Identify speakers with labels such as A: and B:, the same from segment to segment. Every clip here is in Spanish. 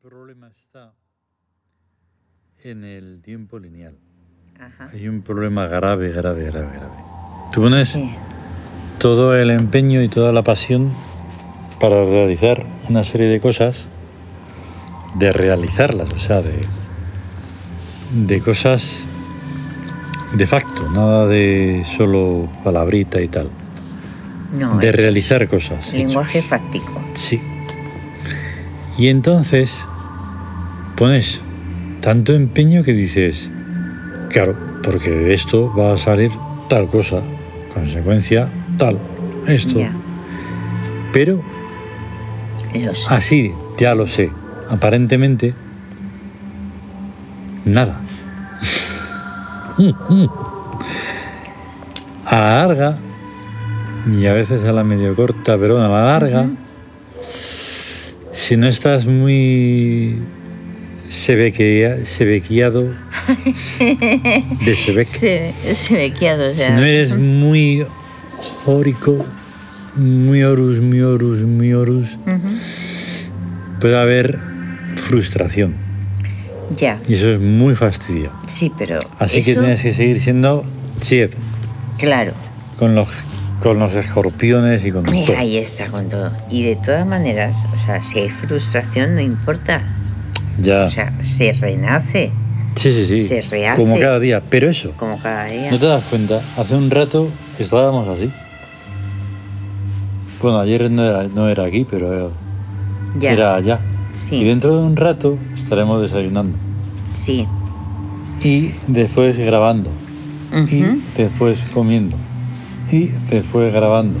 A: problema está en el tiempo lineal.
B: Ajá.
A: Hay un problema grave, grave, grave, grave. Tú pones
B: Sí.
A: todo el empeño y toda la pasión para realizar una serie de cosas, de realizarlas, o sea, de, de cosas de facto, nada de solo palabrita y tal,
B: No,
A: de
B: hechos.
A: realizar cosas.
B: Lenguaje fáctico.
A: Sí. Y entonces pones tanto empeño que dices, claro, porque de esto va a salir tal cosa, consecuencia tal, esto.
B: Ya,
A: Pero
B: lo sé.
A: así, Ah, ya lo sé, aparentemente, nada. a la larga, y a veces a la medio corta, pero a la larga, si no estás muy sebequea- sebequiado, de sebec,
B: Se, se ve queado, o sea.
A: si no eres muy jórico, muy horus, muy horus, muy horus,
B: Ujú.
A: puede haber frustración.
B: Ya,
A: Y eso es muy fastidio.
B: sí, pero.
A: Así que
B: eso,
A: tienes que seguir siendo chiet
B: Claro.
A: con los, con los escorpiones y con
B: Eh,
A: todo.
B: Ahí está con todo. Y de todas maneras, o sea, si hay frustración, no importa.
A: Ya.
B: O sea, se renace
A: sí, sí, sí.
B: se rehace.
A: Como cada día. Pero eso,
B: como cada día.
A: no te das cuenta, hace un rato estábamos así. Bueno, ayer no era, no era aquí, pero era,
B: ya.
A: era allá. Y
B: sí,
A: dentro de un rato estaremos desayunando.
B: sí.
A: Y después grabando.
B: Ujú,
A: Y después comiendo. Y después grabando.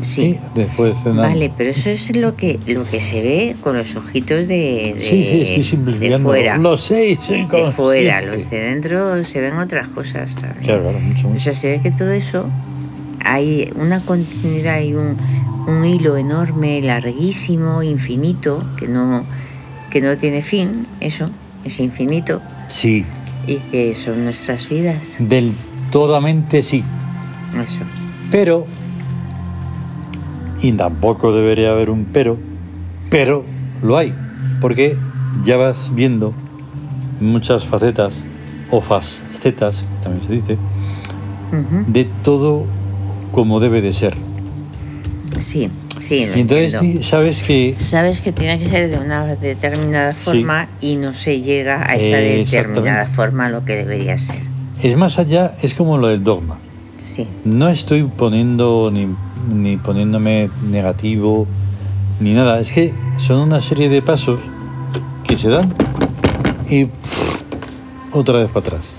B: Sí.
A: Y Eh, después cenando.
B: Vale, pero eso es lo que lo que se ve con los ojitos de, de-
A: Sí, sí, sí,
B: de
A: simplificando.
B: fuera.
A: Los seis, sí,
B: de fuera,
A: consciente.
B: los de dentro se ven otras cosas también.
A: Claro, claro, mucho,
B: O
A: mucho.
B: sea, se ve que todo eso hay una continuidad, hay un, un hilo enorme, larguísimo, infinito, que no, que no tiene fin, eso, es infinito,
A: Sí,
B: y que son nuestras vidas.
A: del todamente sí.
B: Eso.
A: Pero, y tampoco debería haber un pero, pero lo hay. Porque ya vas viendo muchas facetas, o facetas, también se dice,
B: Ujú.
A: de todo como debe de ser.
B: Sí, sí. lo
A: Y entonces
B: entiendo.
A: di- sabes que
B: Sabes que tiene que ser de una determinada
A: Sí.
B: forma y no se llega a esa
A: Eh,
B: determinada
A: exactamente.
B: forma a lo que debería ser.
A: es más allá, es como lo del dogma.
B: Sí,
A: No estoy poniendo ni, ni poniéndome negativo ni nada. Es que son una serie de pasos que se dan y pff, otra vez para atrás.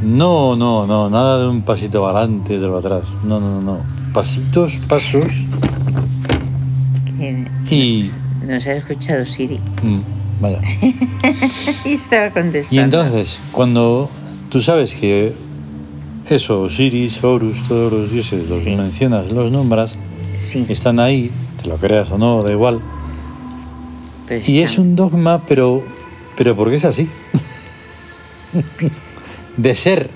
A: No, no, no, nada de un pasito para adelante, otro para atrás. No, no, no, no. Pasitos, pasos
B: que
A: y.
B: nos ha escuchado Siri.
A: mm, vaya.
B: Y estaba contestando.
A: Y entonces, cuando tú sabes que eso, Osiris, Horus, todos los dioses, los
B: Sí.
A: mencionas, los nombras,
B: Sí,
A: están ahí, te lo creas o no, da igual.
B: pero
A: Y
B: está-
A: es un dogma, pero, pero porque es así. De ser,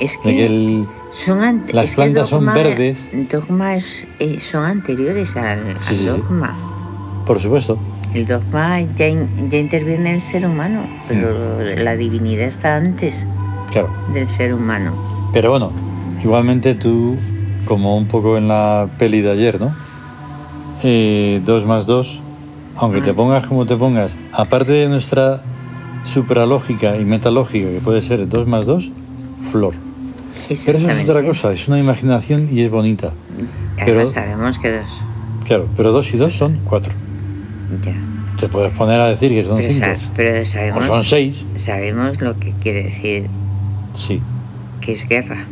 B: Es
A: de
B: que,
A: que el-
B: son ante-
A: las
B: es que el
A: plantas son
B: dogma-
A: verdes.
B: Dogma es- eh, son anteriores al,
A: Sí, sí,
B: al
A: sí.
B: dogma.
A: por supuesto,
B: El dogma ya, in- ya interviene el ser humano, pero
A: Mm.
B: la divinidad está antes
A: claro.
B: del ser humano.
A: Pero bueno, igualmente tú, como un poco en la peli de ayer, ¿no? Eh, dos más dos, aunque te
B: Mm.
A: pongas como te pongas, aparte de nuestra supralógica y metalógica, que puede ser dos más dos, flor. Pero eso es otra
B: Exactamente.
A: cosa, es una imaginación y es bonita.
B: Además
A: pero-
B: sabemos que dos.
A: Claro, pero dos y dos son cuatro.
B: Ya.
A: Te puedes poner a decir que son
B: pero,
A: cinco.
B: sa- pero
A: O
B: sabemos,
A: son seis.
B: sabemos lo que quiere decir
A: Sí,
B: que es guerra.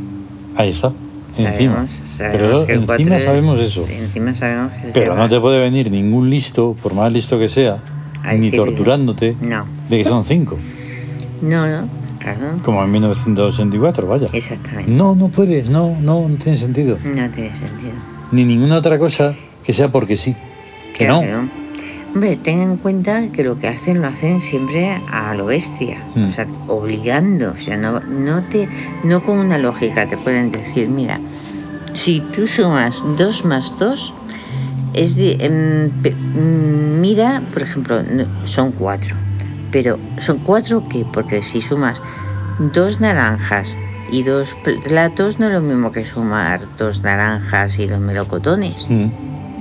A: ahí está. Encima.
B: Sabemos, sabemos
A: Pero
B: que
A: encima
B: cuatro es-
A: sabemos eso.
B: Encima sabemos que es
A: Pero
B: guerra.
A: no te puede venir ningún listo, por más listo que sea,
B: A
A: ni
B: decirle.
A: torturándote,
B: No,
A: de que son cinco.
B: no, no, claro.
A: Como en 1984, vaya.
B: Exactamente.
A: No, no puedes, no, no, no tiene sentido.
B: No tiene sentido.
A: Ni ninguna otra cosa que sea porque sí. Que no.
B: Claro. Hombre, ten en cuenta que lo que hacen lo hacen siempre a lo bestia,
A: Mm.
B: o sea, obligando, o sea, no, no te, no con una lógica te pueden decir, mira, si tú sumas 2 más 2, es di- em, pe- Mm, Mira, por ejemplo, n- son cuatro. Pero son cuatro que, porque si sumas dos naranjas y dos platos, no es lo mismo que sumar dos naranjas y dos melocotones.
A: Mm.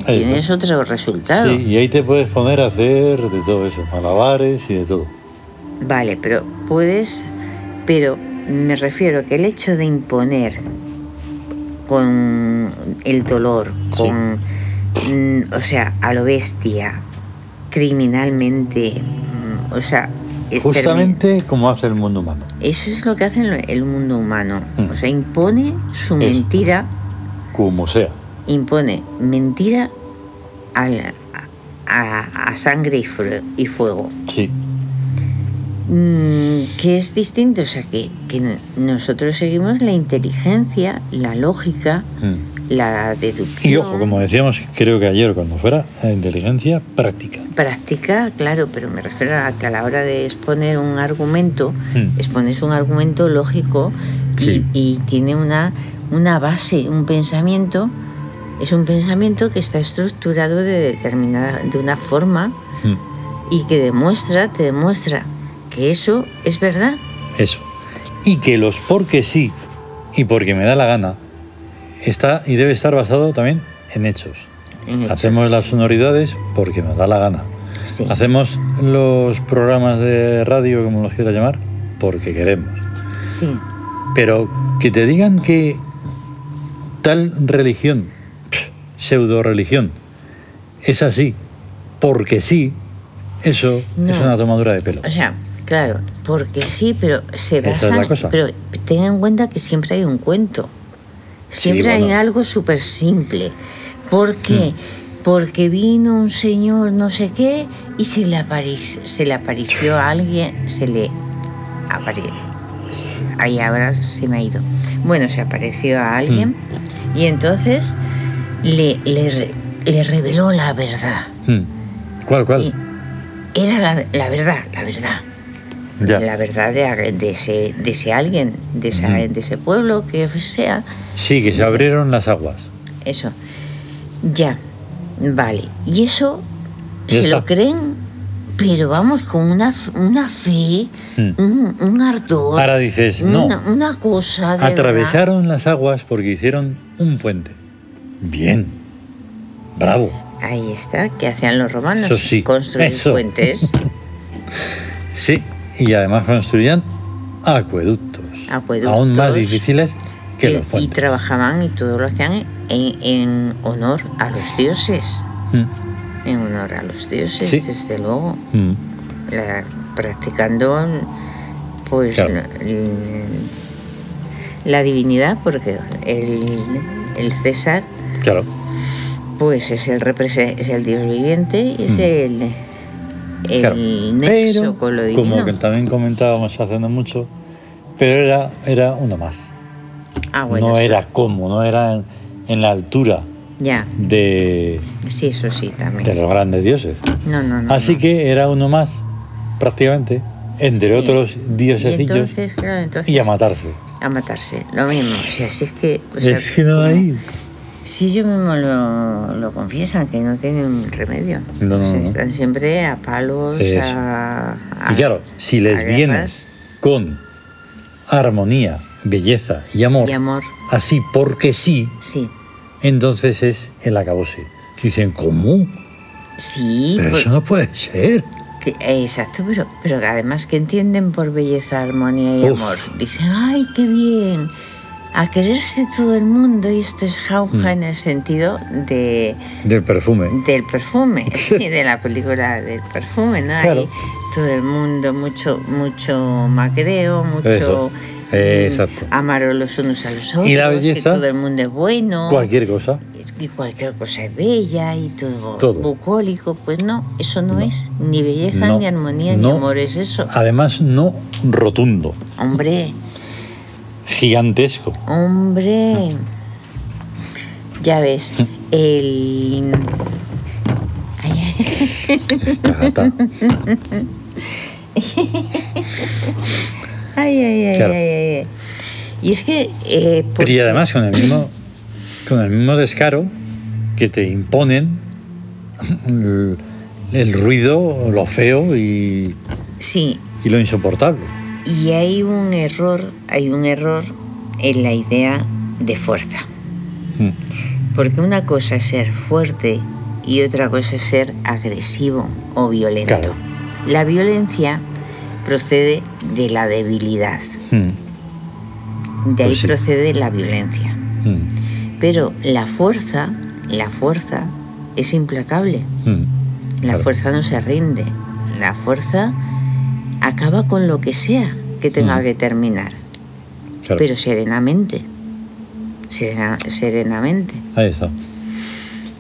A: Ahí está.
B: Tienes otro resultado.
A: Sí, y ahí te puedes poner a hacer de todo eso, malabares y de todo.
B: Vale, pero puedes, pero me refiero que el hecho de imponer con el dolor,
A: Sí.
B: con, mm, o sea, a lo bestia, criminalmente, mm, o sea, extermin-
A: Justamente como hace el mundo humano.
B: eso es lo que hace el, el mundo humano,
A: Mm.
B: o sea, impone su
A: Eso.
B: mentira,
A: Como sea.
B: impone mentira al- a, a sangre y fue- y fuego.
A: Sí.
B: Mm, que es distinto, o sea, que, que n- nosotros seguimos la inteligencia, la lógica,
A: Mm.
B: la deducción.
A: Y ojo, como decíamos, creo que ayer cuando fuera, la inteligencia práctica.
B: Práctica, claro, pero me refiero a que a la hora de exponer un argumento,
A: Mm.
B: expones un argumento lógico y,
A: Sí.
B: y tiene una, una base, un pensamiento, es un pensamiento que está estructurado de determinada, de una forma
A: Mm.
B: y que demuestra, te demuestra que eso es verdad.
A: Eso. Y que los porque sí y porque me da la gana está y debe estar basado también en hechos.
B: en hecho.
A: Hacemos las sonoridades porque nos da la gana.
B: Sí.
A: Hacemos los programas de radio, como los quieras llamar, porque queremos.
B: Sí,
A: Pero que te digan que tal religión, pseudo religión, es así porque sí, eso
B: No.
A: es una tomadura de pelo.
B: o sea, claro, porque sí, pero se
A: Esa es
B: basa.
A: la cosa.
B: Pero ten en cuenta que siempre hay un cuento. Siempre hay
A: bueno.
B: algo súper simple. ¿Por qué?
A: Hmm.
B: Porque vino un señor no sé qué y se le, aparic- se le apareció a alguien, se le apareció. Ahí ahora se me ha ido. Bueno, se apareció a alguien
A: Hmm.
B: y entonces le, le, re- le reveló la verdad.
A: Hmm. ¿Cuál, cuál?
B: Y era la- la verdad, la verdad.
A: ya.
B: la verdad de, de ese, de ese alguien, de, esa-
A: Ujú.
B: de ese pueblo, que sea,
A: Sí, que se abrieron las aguas.
B: eso. Ya, vale. Y eso
A: Ya
B: se lo
A: está.
B: creen, pero vamos, con una, f- una fe,
A: Mm.
B: un, un ardor.
A: Ahora dices, no,
B: Una, una cosa de
A: atravesaron las aguas porque hicieron un puente. Bien. Bravo.
B: verdad. Ahí está, que hacían los romanos,
A: Eso sí,
B: construir
A: eso.
B: puentes,
A: Sí, y además construían acueductos.
B: Acueductos.
A: Aún más difíciles que
B: y-
A: los
B: y,
A: puentes.
B: trabajaban y todo lo hacían en, en honor a los dioses,
A: Mm,
B: en honor a los dioses,
A: Sí.
B: desde luego.
A: mm.
B: la- practicando pues
A: Claro.
B: la, la divinidad porque el, el César
A: Claro.
B: pues es el represe- es el dios viviente y es
A: Mm.
B: el el
A: Claro.
B: nexo
A: Pero,
B: con lo divino
A: como que también comentábamos hace no mucho, pero era, era una más.
B: ah bueno
A: no
B: sí.
A: era como, no era en, en la altura
B: ya
A: de,
B: sí eso sí
A: de
B: también
A: los grandes dioses.
B: no no no
A: Así
B: no.
A: que era uno más, prácticamente, entre
B: Sí.
A: otros
B: y
A: diosecillos y,
B: entonces claro entonces
A: a matarse.
B: a matarse lo mismo o sea si es que o sea, como- Si ellos mismos lo, lo confiesan, que no tienen remedio.
A: No, no,
B: O sea,
A: no.
B: Están siempre a palos,
A: Eso.
B: a, a-
A: Y claro, si les
B: a
A: vienes con armonía, belleza y
B: guerras
A: amor,
B: Y amor,
A: así porque sí,
B: sí.
A: entonces es el acabose. Dicen, ¿cómo?
B: Sí,
A: Pero
B: por-
A: eso no puede ser.
B: que- eh, exacto, pero, pero además que entienden por belleza, armonía y
A: Uf.
B: amor. Dicen, ¡ay, qué bien! A quererse todo el mundo, y esto es jauja
A: Mm.
B: en el sentido de,
A: Del perfume.
B: del perfume, sí, de la película del perfume, ¿no?
A: Claro.
B: Ahí todo el mundo, mucho, mucho macreo, mucho
A: Eso, eh,
B: mm,
A: exacto.
B: amar los unos a los otros,
A: la
B: que
A: belleza?
B: todo el mundo es bueno,
A: Cualquier cosa.
B: y cualquier cosa es bella y todo,
A: Todo.
B: bucólico, pues no, eso no,
A: No.
B: es ni belleza,
A: No.
B: ni armonía, ni
A: No.
B: amor, es eso.
A: Además, no rotundo,
B: Hombre,
A: gigantesco.
B: hombre, ya ves, el... Ay, ay.
A: Esta gata.
B: Ay, ay, ay,
A: Claro.
B: ay, ay, ay. Y es que... eh, por-
A: Pero y además con el mismo, con el mismo descaro que te imponen el, el ruido, lo feo y,
B: Sí,
A: y lo insoportable.
B: y hay un error, hay un error en la idea de fuerza.
A: Mm.
B: Porque una cosa es ser fuerte y otra cosa es ser agresivo o violento.
A: Claro.
B: La violencia procede de la debilidad.
A: Mm,
B: De ahí
A: Pues sí.
B: procede la violencia.
A: mm,
B: Pero la fuerza, la fuerza es implacable.
A: mm.
B: La
A: Claro.
B: fuerza no se rinde. La fuerza acaba con lo que sea que tenga
A: Mm.
B: que terminar.
A: Claro.
B: Pero serenamente. Serena- serenamente.
A: Ahí está.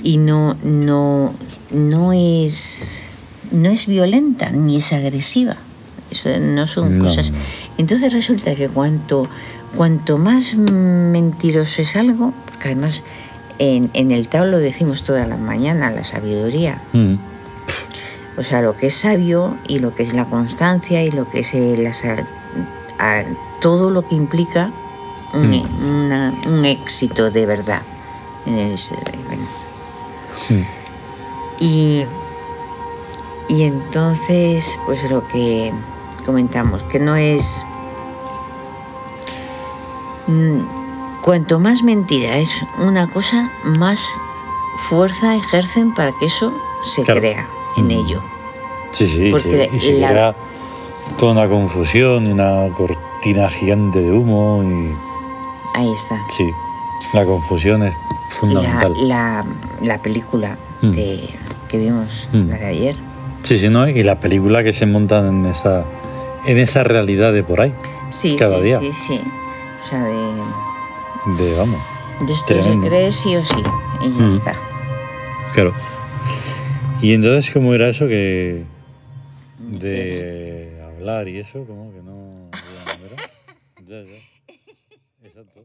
B: y no, no, no es no es violenta ni es agresiva. Eso no son
A: No,
B: cosas.
A: no.
B: Entonces resulta que cuanto cuanto más mentiroso es algo, porque además en, en el Tao lo decimos todas las mañanas, la sabiduría.
A: Mm,
B: O sea, lo que es sabio y lo que es la constancia y lo que es eh, la sa- a- todo lo que implica un,
A: Mm.
B: e- una- un éxito de verdad. Es, eh, bueno,
A: mm.
B: y, y entonces, pues lo que comentamos, que no es... Mm, Cuanto más mentira es una cosa, más fuerza ejercen para que eso se
A: Claro.
B: crea en
A: Mm.
B: ello.
A: Sí, sí,
B: Porque
A: sí, y se
B: la-
A: crea toda una confusión y una cortina gigante de humo y
B: Ahí está.
A: sí, la confusión es
B: La,
A: fundamental.
B: la, la película
A: Mm.
B: de- que vimos
A: Mm.
B: la de ayer.
A: Sí, sí, ¿no? Y la película que se montan en esa, en esa realidad de por ahí,
B: Sí,
A: Cada
B: sí,
A: día.
B: sí, sí. O sea, de,
A: de vamos,
B: de esto se
A: Tremendo.
B: cree sí o sí. Y ya
A: Mm.
B: está.
A: claro. Y entonces, ¿cómo era eso que de hablar y eso? ¿Cómo que no? hablaban, ¿verdad? Ya, ya. Exacto.